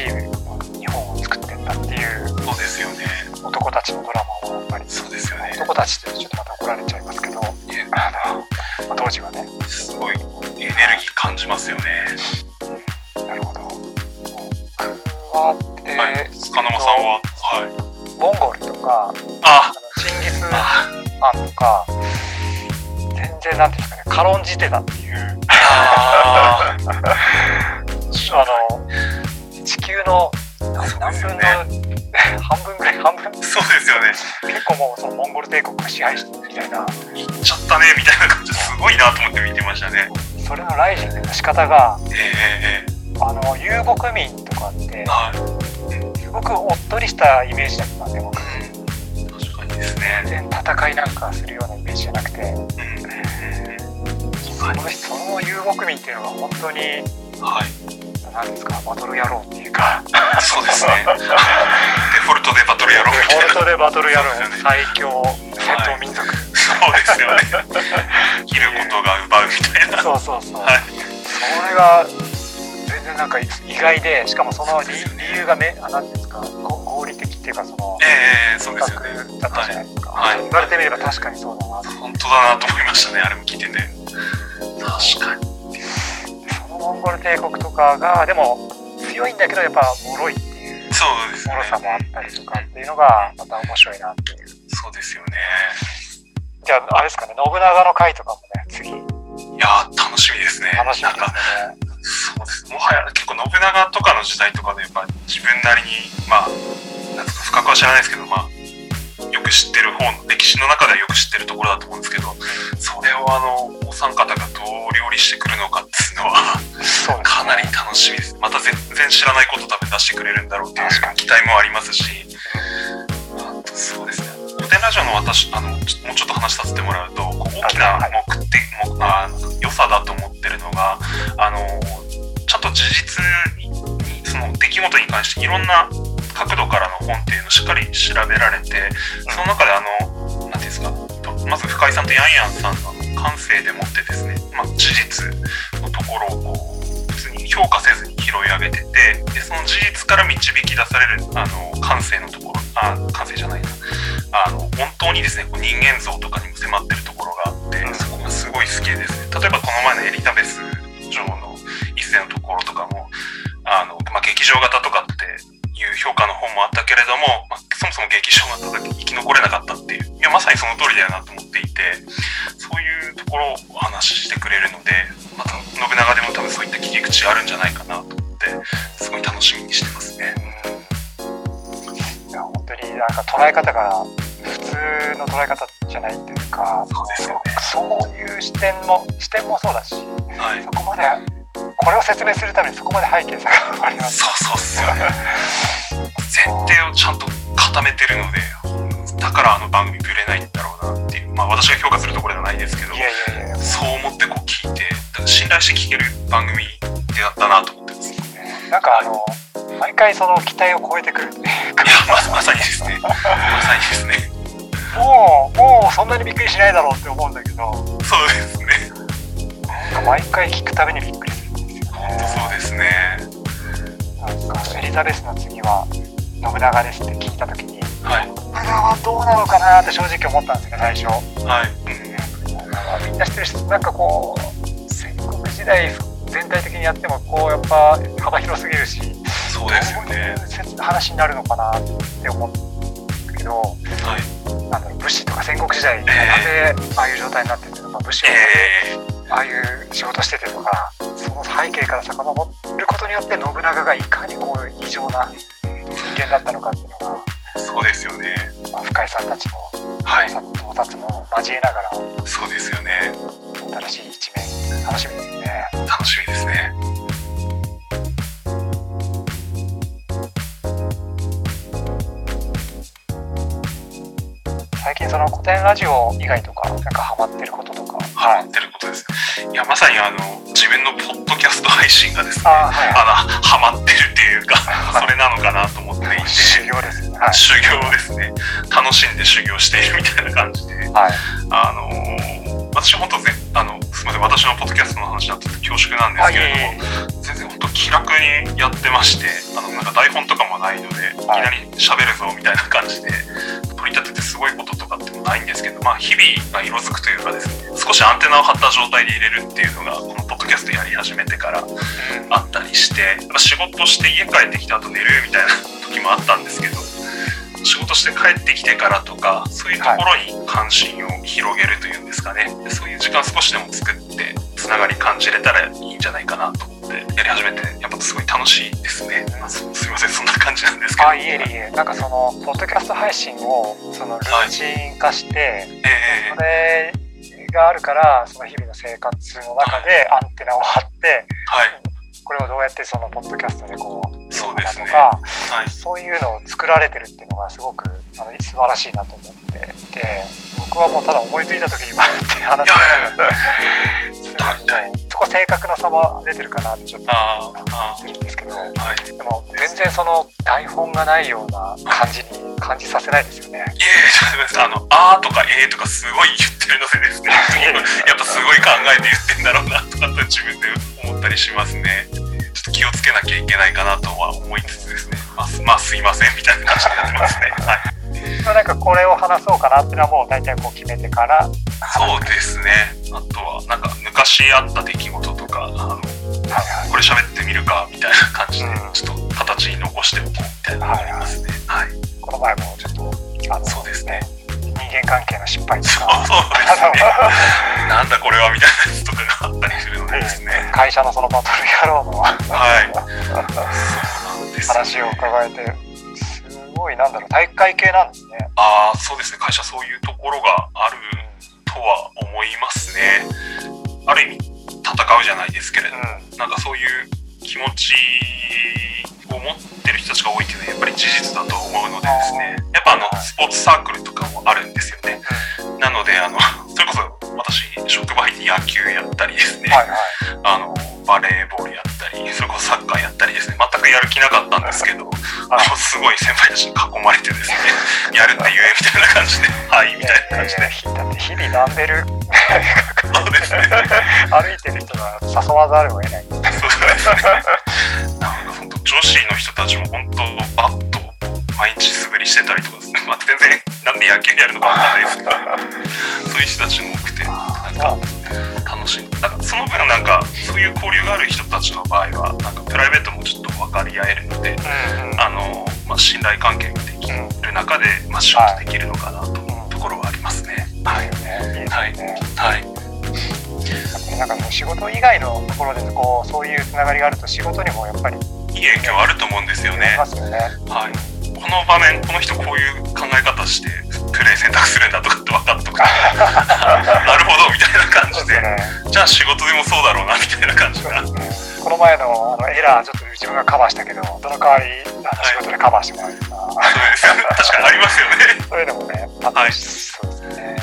Speaker 1: い日本を作ってったっていう
Speaker 2: そうですよね。
Speaker 1: 男たちのドラマをやっぱり
Speaker 2: そうですよね。
Speaker 1: 男たちってちょっとまた怒られちゃいますけど
Speaker 2: いえ
Speaker 1: あの、まあ当時はね
Speaker 2: すごいエネルギー感じますよね。
Speaker 1: なるほど僕はで、
Speaker 2: はい。塚沼さんは、はい。
Speaker 1: モンゴルとかあ、
Speaker 2: あ
Speaker 1: のチンギス
Speaker 2: ああ、
Speaker 1: パンとか全然なんていうんですかね軽んじてたっていう
Speaker 2: あ
Speaker 1: あの地球の
Speaker 2: そう
Speaker 1: 何
Speaker 2: です
Speaker 1: 分
Speaker 2: よ
Speaker 1: の、
Speaker 2: ね
Speaker 1: 半分ぐらい半分
Speaker 2: ーそうですよね。
Speaker 1: 結構もうそのモンゴル帝国が支配してるみたいな
Speaker 2: 行っちゃったねみたいな感じですごいなと思って見てましたね。
Speaker 1: それのライジングの仕方が
Speaker 2: えええ
Speaker 1: あの遊牧民とかって
Speaker 2: えはい。
Speaker 1: すごくおっとりしたイメージだったんで僕
Speaker 2: うん確かにですね。
Speaker 1: 全然戦いなんかするようなイメージじゃなくて
Speaker 2: うん
Speaker 1: そのその遊牧民っていうのが本当に
Speaker 2: はい。
Speaker 1: 何ですかバトル野郎っていう か
Speaker 2: そうですね。デフォルトでバトルやろうみたいな。
Speaker 1: 本当でバトル野郎最強戦
Speaker 2: は
Speaker 1: 闘
Speaker 2: い
Speaker 1: 民族、
Speaker 2: そうですよね。切ることが奪うみたいな。
Speaker 1: そうそうそう、
Speaker 2: はい
Speaker 1: それが全然なんか意外でしかもその理理由がめあなんていうんですかこ合理的っていうかその
Speaker 2: ええそうですよね。
Speaker 1: 企画だったじゃないですか、
Speaker 2: はいはい
Speaker 1: 言われてみれば確かにそうだなって
Speaker 2: 本当だなと思いましたね。あれも聞いてて。確かに。
Speaker 1: そのモンゴル帝国とかがでも強いんだけどやっぱ脆いっていう
Speaker 2: そうですね
Speaker 1: 脆さもあったりとかっていうのがまた面白いなっていう
Speaker 2: そうですよね
Speaker 1: じゃああれですかね信長の回とかもね次
Speaker 2: いやー楽しみですね
Speaker 1: 楽しみ
Speaker 2: なん
Speaker 1: で
Speaker 2: かそうですもはや結構信長とかの時代とかで、まあ、自分なりにまあなんですか深くは知らないですけどまあよく知ってる方の歴史の中ではよく知ってるところだと思うんですけどそれをあのお三方がどう料理してくるのかっていうのは
Speaker 1: すねそうですね
Speaker 2: かなり楽しみですまた全然知らないこと多分出してくれるんだろうっていう
Speaker 1: 確かに
Speaker 2: 期待もありますしあとそうですね古典ラジオの私あのちょもうちょっと話させてもらうとこう大きな
Speaker 1: はい
Speaker 2: 目的もあの良さだと思ってるのがあのちゃんと事実にその出来事に関していろんな角度からの本っていうのをしっかり調べられてその中であの何ていうんですかとまず深井さんとヤンヤンさんの感性でもってですね、まあ、事実のところをこう普通に評価せずに拾い上げててでその事実から導き出されるあの感性のところあ感性じゃないなあの本当にですねこう人間像とかにも迫ってるところがあって、
Speaker 1: うん
Speaker 2: そこがすごい好きでですね例えばこの前のエリザベス女王の一世のところとかもあの、まあ、劇場型とかっていう評価の方もあったけれども、まあ、そもそも劇場型だけ生き残れなかったっていういやまさにその通りだよなと思っていてそういうところをお話ししてくれるのでまた信長でも多分そういった切り口あるんじゃないかなと思ってすごい楽しみにしてますね。
Speaker 1: うんいや本当になんか捉え方が普通の捉え方じゃないっていうか
Speaker 2: そうですよね
Speaker 1: そういう視点も視点もそうだし
Speaker 2: はい
Speaker 1: そこまでこれを説明するためにそこまで背景差があります
Speaker 2: そうそうっすよね前提をちゃんと固めてるのでだからあの番組ぶれないんだろうなっていうまあ私が評価するところではないですけど
Speaker 1: いやいやいや
Speaker 2: そう思ってこう聞いてだから信頼して聞ける番組であったなと思ってますいや
Speaker 1: なんかあの毎回その期待を超えてくるっていうか
Speaker 2: ままさにですねまさにですね
Speaker 1: もうもうそんなにびっくりしないだろうって思うんだけど
Speaker 2: そうですね
Speaker 1: なんか毎回聞くたびにびっくりするんですよ
Speaker 2: 本当そうですね
Speaker 1: なんかエリザベスの次は信長ですって聞いた時に
Speaker 2: はい
Speaker 1: 信長はどうなのかなって正直思ったんですよね最初
Speaker 2: はい
Speaker 1: みんな知ってる人なんかこう戦国時代全体的にやってもこうやっぱ幅広すぎるし
Speaker 2: そうですよね
Speaker 1: どういう話になるのかなって思ったけど
Speaker 2: はい
Speaker 1: なんだろう武士とか戦国時代な
Speaker 2: え
Speaker 1: ぜああいう状態になっててとか武士を
Speaker 2: えー、
Speaker 1: ああいう仕事しててとかその背景から遡ることによって信長がいかにこう異常な人間だったのかっていうのが、
Speaker 2: そうですよね
Speaker 1: まあ、深井さんたちの
Speaker 2: はい
Speaker 1: 考察も交えなが
Speaker 2: そうですよね
Speaker 1: ら新しい一面楽しみですね。
Speaker 2: 楽しみですね
Speaker 1: 最近その古典ラジオ以外とかなんかハマってることとか
Speaker 2: ハマってることです。いや、まさにあの、自分のポッドキャスト配信がですね、
Speaker 1: あはい
Speaker 2: あの、ハマってるってい うか、それなのかなと思っていて、
Speaker 1: 修行ですねはい
Speaker 2: 修行ですね、楽しんで修行しているみたいな感じで、
Speaker 1: はい
Speaker 2: あのー私本当ぜあの、すみません、私のポッドキャストの話になってて恐縮なんです
Speaker 1: あい
Speaker 2: け
Speaker 1: えい
Speaker 2: れども、
Speaker 1: え
Speaker 2: 全然本当気楽にやってましてあのなんか台本とかもないので、
Speaker 1: はい
Speaker 2: い、きなり喋るぞみたいな感じで取り立ててすごいこととかってもないんですけど、まあ、日々が色づくというかですね少しアンテナを張った状態で入れるっていうのがこのポッドキャストやり始めてからあったりしてやっぱ仕事して家帰ってきた後寝るみたいな時もあったんですけど仕事して帰ってきてからとかそういうところに関心を広げるというんですかね、でそういう時間少しでも作ってつながり感じれたらいいんじゃないかなと思ってやり始めてやっぱすごい楽しいですね、まあそすいませんそんな感じなんですけど
Speaker 1: あいえいえなんかそのポッドキャスト配信をそのルーチン化して、
Speaker 2: ええ
Speaker 1: それがあるからその日々の生活の中でアンテナを張って
Speaker 2: はい
Speaker 1: これをどうやってそのポッドキャストでこう
Speaker 2: そうですね
Speaker 1: とか
Speaker 2: はい
Speaker 1: そういうのを作られてるっていうのがすごくあの素晴らしいなと思っていて僕はもうただ思いついた時にバーって話してるそ
Speaker 2: いやいや
Speaker 1: こ性格の差も出てるかなってちょっと
Speaker 2: あー
Speaker 1: 思
Speaker 2: あ
Speaker 1: ってるんですけど
Speaker 2: ーはい
Speaker 1: でも全然その台本がないような感じに感じさせないですよね。
Speaker 2: いやいや、ちょっと待ってあの、あーとかえーとかすごい言ってるので ですね、やっぱすごい考えて言ってんだろうなとかって自分で思ったりしますね。ちょっと気をつけなきゃいけないかなとは思いつつですね、まあ、すまあ、すいませんみたいな感じになってます ね。はい、
Speaker 1: まあなんかこれを話そうかなってのはもう大体こう決めてから
Speaker 2: そうですね。あとは、なんか昔あった出来事とか、あの、
Speaker 1: はいはい
Speaker 2: これ喋ってみるかみたいな感じで、
Speaker 1: うん
Speaker 2: ちょっと形に残しておこうみたいなのがありますね。はい、
Speaker 1: この前もちょっとあの
Speaker 2: そうですね。
Speaker 1: 人間関係の失敗と
Speaker 2: そう
Speaker 1: か
Speaker 2: ですね。 なんだこれはみたいなやつとかがあったりするのでです
Speaker 1: あの
Speaker 2: ね。
Speaker 1: 会社のそのバトル野郎の
Speaker 2: はい。そうなんですよ
Speaker 1: 話を伺えてすごいなんだろう体育会系なんですね。
Speaker 2: ああ、そうですね。会社そういうところがあるとは思いますね。ある意味、戦うじゃないですけれども、なんかそういう気持ちを持ってる人たちが多いっていうのはやっぱり事実だと思うのでですね。やっぱあの、スポーツサークルとかもあるんですよね。なので、あの、 それこそ私、職場入って野球やったりですね。
Speaker 1: はいはい。
Speaker 2: あのバレーボールやったり それこそサッカーやったりですね全くやる気なかったんですけどあのすごい先輩たちに囲まれて ですねやるって言えみたいな感じで はいみたいな感じで
Speaker 1: ねだって日々ダンベル
Speaker 2: そうですね
Speaker 1: 歩いてる人が誘わざるを得ない。
Speaker 2: そうですねなんか本当女子の人たちも本当バット毎日素振りしてたりとかですね、まあ、全然なんで野球やるのかわかんないですけどそういう人たちも多くてなんか楽しいだからその分なんかそういう交流がある人たちの場合はなんかプライベートもちょっと分かり合えるので
Speaker 1: うんうん
Speaker 2: あの、まあ、信頼関係ができる中で、まあ、仕事できるのかなと思うところはありますね。はい。
Speaker 1: ね
Speaker 2: はい
Speaker 1: いいですね。
Speaker 2: はい。
Speaker 1: なんかこう仕事以外のところでこうそういうつながりがあると仕事にもやっぱり
Speaker 2: いい影響あると思うんですよ
Speaker 1: あり
Speaker 2: ね
Speaker 1: ま。すよね。
Speaker 2: はい。この場面、この人こういう考え方して、プレイ選択するんだとかって分かっ とくと、なるほど、みたいな感じ
Speaker 1: そうですよ
Speaker 2: で、
Speaker 1: ね。
Speaker 2: じゃあ仕事でもそうだろうな、みたいな感 じが。
Speaker 1: この前のあのエラーちょっと自分がカバーしたけどその代わりあの仕事でカバーしてもらえるとか、
Speaker 2: そうですよね。確かにありますよね。
Speaker 1: そういうのもね
Speaker 2: はい
Speaker 1: そうですね。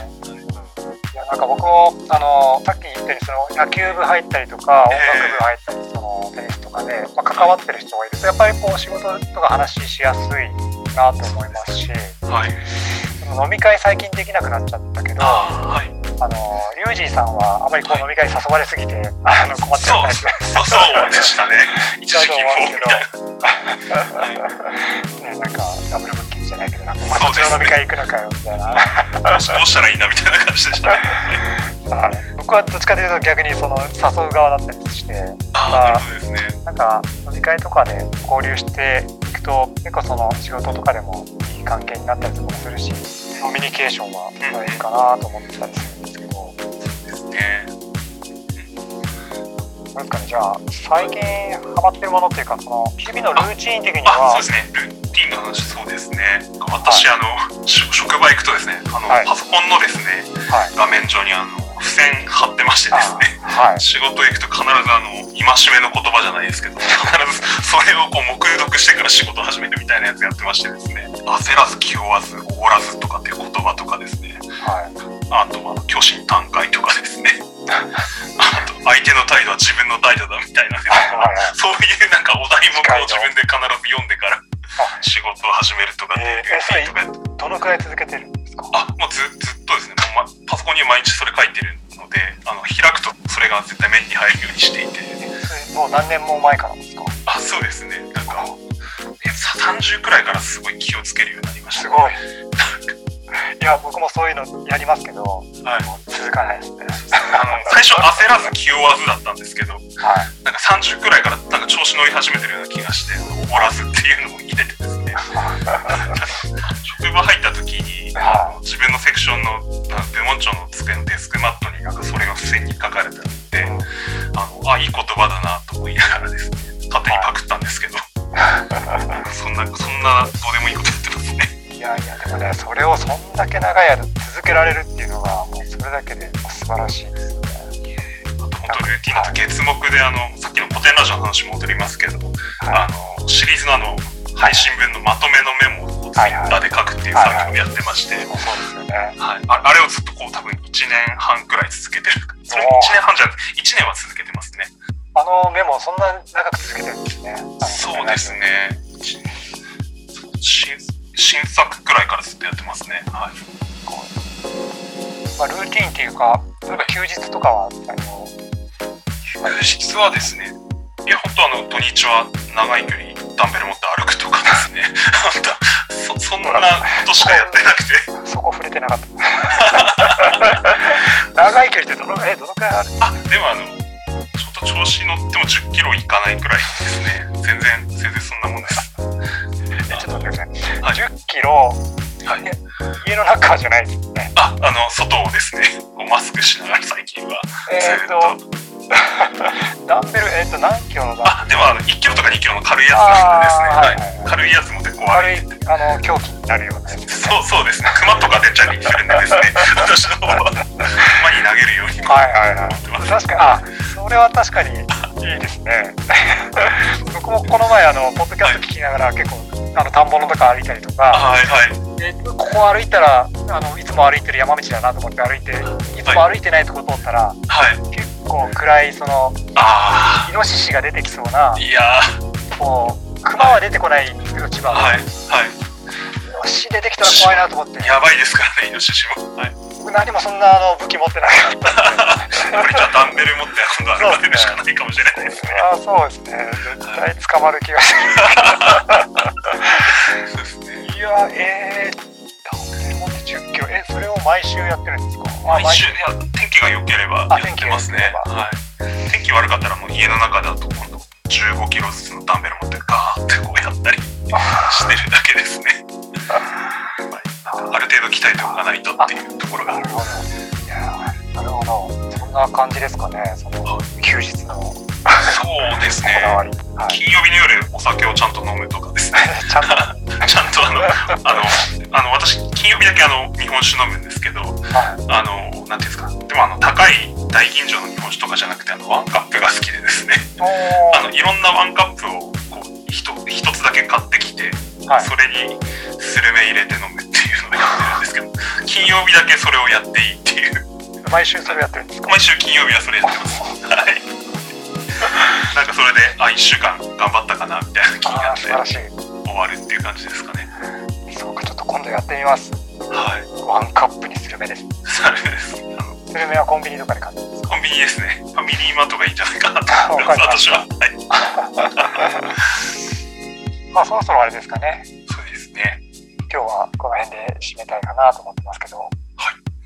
Speaker 1: いやなんか僕もあのさっき言ったようにその野球部入ったりとか音
Speaker 2: ええ
Speaker 1: 楽部入ったりそのテニスとかで、まあ、関わってる人がいるとやっぱりこう仕事とか話しやすいなと思いますし
Speaker 2: はい。
Speaker 1: その飲み会最近できなくなっちゃったけどあ
Speaker 2: ああ、はい。
Speaker 1: のリュウジーさんはあまりこ
Speaker 2: は
Speaker 1: う
Speaker 2: い
Speaker 1: 飲み会に誘われすぎて、あの困っちゃうタイプ
Speaker 2: そうそうでしたね。 一時期もう、みたいな。はい
Speaker 1: ね、なんかダブルブッキングじゃないけどなんか、
Speaker 2: そう
Speaker 1: こっ
Speaker 2: です
Speaker 1: ち
Speaker 2: ね
Speaker 1: の飲み会行くのかよみたいな。
Speaker 2: どうしたらいいんだみたいな感じでしたね。
Speaker 1: 僕はどっちかというと逆にその誘う側だったりして
Speaker 2: ああ、なるほどですね。
Speaker 1: なんか飲み会とかで交流していくと結構その仕事とかでもいい関係になったりとかもするしコミュニケーションはまあいいかなと思ってたりするんですけどど
Speaker 2: ですね。
Speaker 1: うですかねじゃあ最近ハマってるものっていうかその日々のルーチン的に
Speaker 2: あ、
Speaker 1: は
Speaker 2: そうですね。ルーティンの話、そうですね。私、あの、し職場行くとですね、あの、
Speaker 1: はい
Speaker 2: パソコンのですね、
Speaker 1: はい
Speaker 2: 画面上にあの、付箋貼ってましてですね。
Speaker 1: はい
Speaker 2: 仕事行くと必ずあの、戒めの言葉じゃないですけど、必ずそれをこう、目読してから仕事始めるみたいなやつやってましてですね、焦らず、気負わず、おごらずとかっていう言葉とかですね、
Speaker 1: はい
Speaker 2: あとは虚心坦懐とか ですね。あと相手の態度は自分の態度だみたいな、
Speaker 1: はい
Speaker 2: そういうなんかお題目を自分で必ず読んでから仕事を始めるとかっていう
Speaker 1: えー
Speaker 2: ルーティンとかやって
Speaker 1: どのくらい続けてるんですか
Speaker 2: あもうずずっとですねもう、ま、パソコンに毎日それ書いてるのであの開くとそれが絶対目に入るようにしていて
Speaker 1: もう何年も前からですか
Speaker 2: あそうですねなんかえ30くらいからすごい気をつけるようになりました
Speaker 1: す
Speaker 2: ね、
Speaker 1: ごい。 いや、僕もそういうのやりますけど、もう
Speaker 2: はい、あ
Speaker 1: 続かないですね。
Speaker 2: の最初焦らず気負わずだったんですけど
Speaker 1: はい。
Speaker 2: なんか30くらいからなんか調子乗り始めてるような気がして、おごらずっていうのも入れてです ね、職場入った時に、
Speaker 1: は
Speaker 2: 自分のセクションのなんか部門長の机のデスクマットになんかそれが付箋に書かれてあって、あのあいい言葉だなと思いながらですね、勝手にパクったんですけど、なんかそんな、そんなどうでもいいことやってますね。
Speaker 1: い。いやいや、でもね、それをそんだけ長い間続けられるっていうのが、もうそれだけで素晴らしいですね。
Speaker 2: あと本当ルーティンだと月目であの、さっきの古典ラジオの話戻りますけど、
Speaker 1: は
Speaker 2: あのシリーズのあの配信分のまとめのメモをツイッターで書くっていう作業をやってまして、
Speaker 1: い。そうですよね。
Speaker 2: はいああれをずっとこう多分1年半くらい続けてるそれ1年半じゃなくて1年は続けてますね
Speaker 1: あのメモ、そんな長く続けてるんですね。
Speaker 2: そうです。ねし新作くらいからずっとやってますねはい
Speaker 1: まあ、ルーティンっていうか、例えば休日とかは、あの、
Speaker 2: 実はですねいや本当あの土日は長い距離ダンベル持って歩くとかですね 本当そそんなことしかやってなくて
Speaker 1: そこ触れてなか った。長い距離ってどの、え、どのくらいある
Speaker 2: あでもあのちょっと調子乗っても10キロいかないくらいですね。全然、全然そんなもんです。
Speaker 1: えちょっと待ってください。
Speaker 2: はい
Speaker 1: 10キロ、
Speaker 2: はい。
Speaker 1: 家の中じゃないですね。
Speaker 2: あ、あの、外をですね、こうマスクしながら最近は、ず
Speaker 1: え
Speaker 2: っ
Speaker 1: っ
Speaker 2: と。
Speaker 1: と、ダンベル、えっと、何キロのダン
Speaker 2: あ、でもあの、1キロとか2キロの軽いやつなんで
Speaker 1: あーはいはい
Speaker 2: すね。
Speaker 1: は
Speaker 2: はいい。軽いやつも結構あ
Speaker 1: 軽い
Speaker 2: る。、
Speaker 1: あの、狂気になるようなやつ。
Speaker 2: そう、そうですね。熊とか出ちゃってるんでですね、私の方は、馬に投げるようにこ
Speaker 1: は
Speaker 2: う。
Speaker 1: いはいは
Speaker 2: 持ってま
Speaker 1: い。
Speaker 2: す
Speaker 1: 確かに、あ、それは確かにいいですね。 僕もこの前、あの、ポッドキャスト聞きながら、結構、あの、田んぼのとか歩いたりとか、
Speaker 2: はいはい。
Speaker 1: でここ歩いたらあのいつも歩いてる山道だなと思って歩いていつも歩いてないとこ通ったら、
Speaker 2: はい。
Speaker 1: 結構暗いその
Speaker 2: あ
Speaker 1: イノシシが出てきそうな
Speaker 2: あ、いや
Speaker 1: こう熊は出てこないんですけど千葉
Speaker 2: ー、
Speaker 1: は、
Speaker 2: はい。はい。
Speaker 1: イノシシ出てきたら怖いなと思って
Speaker 2: やばいですからね、イノシシも。はい。
Speaker 1: 僕何もそんなあの武器持ってなかった
Speaker 2: これじゃあダンベル持って今度は歩かれるしかないかもしれないですね。
Speaker 1: あそうですね絶対捕まる気がす
Speaker 2: そうですね。
Speaker 1: るいやえー、ダンベル持って10キロえそれを毎週やってるんですかあ
Speaker 2: 毎週、いや、天気が良ければ
Speaker 1: あ
Speaker 2: やってますね。
Speaker 1: 天
Speaker 2: はい。天気悪かったらもう家の中だと今度15キロずつのダンベル持ってガーってこうやったりしてるだけですね。はいある程度鍛えておかないとっていうところがあ
Speaker 1: な
Speaker 2: る
Speaker 1: る。ほどいやーなるほどそんな感じですかねその休日のこ
Speaker 2: そうですね。
Speaker 1: だわり、はい、
Speaker 2: 金曜日の夜お酒をちゃんと飲むとかですね。
Speaker 1: ちゃんと
Speaker 2: ちゃんとあの、あの、あの私、金曜日だけあの、日本酒飲むんですけど、
Speaker 1: は
Speaker 2: あの、なんていうんですか、でもあの、高い大吟醸の日本酒とかじゃなくて、あの、ワンカップが好きでですね、
Speaker 1: お
Speaker 2: あの、いろんなワンカップを、こう、一一つだけ買ってきて、
Speaker 1: ーはい
Speaker 2: それにスルメ入れて飲むっていうのをやってるんですけど、金曜日だけそれをやっていいっていう、
Speaker 1: 毎週それやってるんですか
Speaker 2: 毎週金曜日はそれやってます。はい。 なんかそれで、あ、1週間頑張ったかな、みたいな気に
Speaker 1: あ
Speaker 2: な
Speaker 1: あ素晴ら
Speaker 2: って、
Speaker 1: し
Speaker 2: 終わるっていう感じですかね。
Speaker 1: いそうかちょっと今度やってみます
Speaker 2: はい。
Speaker 1: ワンカップにスルメです
Speaker 2: それです。あの、
Speaker 1: スルメはコンビニとかで 買ってます
Speaker 2: コンビニですね。ファミリーマートがいいんじゃないかなと思い
Speaker 1: わ
Speaker 2: ま
Speaker 1: か
Speaker 2: す、
Speaker 1: りまし
Speaker 2: 私
Speaker 1: た
Speaker 2: は。はい。
Speaker 1: まあそろそろあれですかね
Speaker 2: そうですね。
Speaker 1: 今日はこの辺で締めたいかなと思ってますけどはい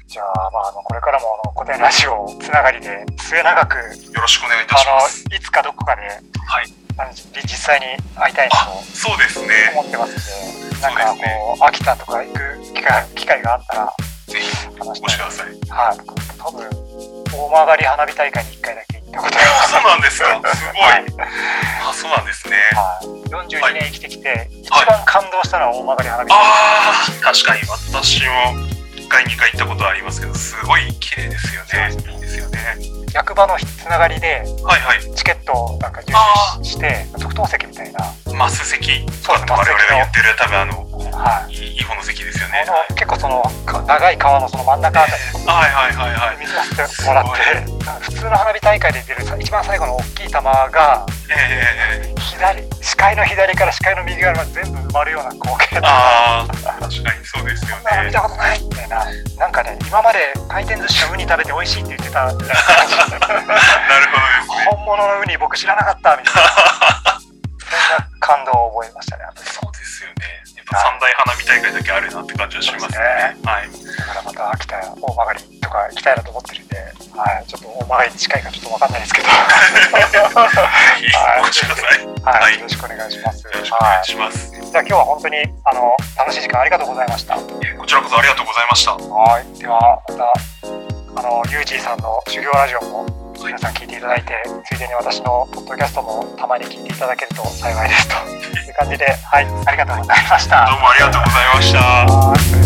Speaker 1: じゃあ,、まあ、あのこれからもあの古典ラジオつながりで末永く
Speaker 2: よろしくお願いいた
Speaker 1: あ
Speaker 2: します。
Speaker 1: のいつかどこかで、
Speaker 2: はい。
Speaker 1: あの実実際に会いたいなと
Speaker 2: そうですね。
Speaker 1: 思ってますんで、
Speaker 2: すね
Speaker 1: なんかこう、秋田とか行く機会機会があったら
Speaker 2: ぜひ、
Speaker 1: 話し
Speaker 2: お
Speaker 1: た
Speaker 2: 越し
Speaker 1: い
Speaker 2: ください。
Speaker 1: はい、僕多分大曲花火大会に1回だけ行ったことがあります
Speaker 2: そうなんですか。 すごい。
Speaker 1: はい
Speaker 2: あ、そうなんですね。
Speaker 1: はい、42年生きてきて、一
Speaker 2: はい
Speaker 1: 番感動したのは大曲花火大
Speaker 2: ああ、確かに私も1回、2回行ったことはありますけど、すごい綺麗ですよね。いいですよね。
Speaker 1: 会、役場のつながりで
Speaker 2: はいはい。
Speaker 1: チケットをなんか入
Speaker 2: あ
Speaker 1: 手して、特等席みたいな、はい
Speaker 2: マス席とかって
Speaker 1: そう
Speaker 2: 我
Speaker 1: です
Speaker 2: 々が言ってる、多分あの、
Speaker 1: あ
Speaker 2: いい方の席ですよね。
Speaker 1: の結構そのか長い川のその真ん中あたり
Speaker 2: はいはいはいはい。
Speaker 1: に水を吸ってもらって、なんか普通の花火大会で出るさ一番最後の大きい球が
Speaker 2: ええ
Speaker 1: 左、視界の左から視界の右側まで全部埋まるような光景
Speaker 2: ああ、確かにそうですよ
Speaker 1: まあ見
Speaker 2: ね。
Speaker 1: たことないみたいな、なんかね、今まで回転寿司のウニ食べて美味しいって言ってたみたいな感じ
Speaker 2: なるほどですね。
Speaker 1: 本物のウニ僕知らなかったみ たいな、そんな感動を覚えましたね。
Speaker 2: そうですよね。やっぱ三大花火大会だけあるなって感じはしますね。はい。
Speaker 1: だからまた秋田や大曲とか行きたいなと思ってるんで、はい、ちょっと大曲に近いかちょっと分かんないですけ ど、は、
Speaker 2: ぜひお越しください。よはいい
Speaker 1: よろしくお願いします。
Speaker 2: ろしくお願
Speaker 1: はいい、
Speaker 2: します。い
Speaker 1: じゃあ今日は本当にあの楽しい時間ありがとうございました。は
Speaker 2: やこちらこそありがとうございました。
Speaker 1: い、ではまたあのユージーさんの修行ラジオも
Speaker 2: はい
Speaker 1: 皆さん聞いていただいて、ついでに私のポッドキャストもたまに聞いていただけると幸いですという感じで、はい、ありがとうございました。
Speaker 2: どうもありがとうございました。
Speaker 1: はいそれでは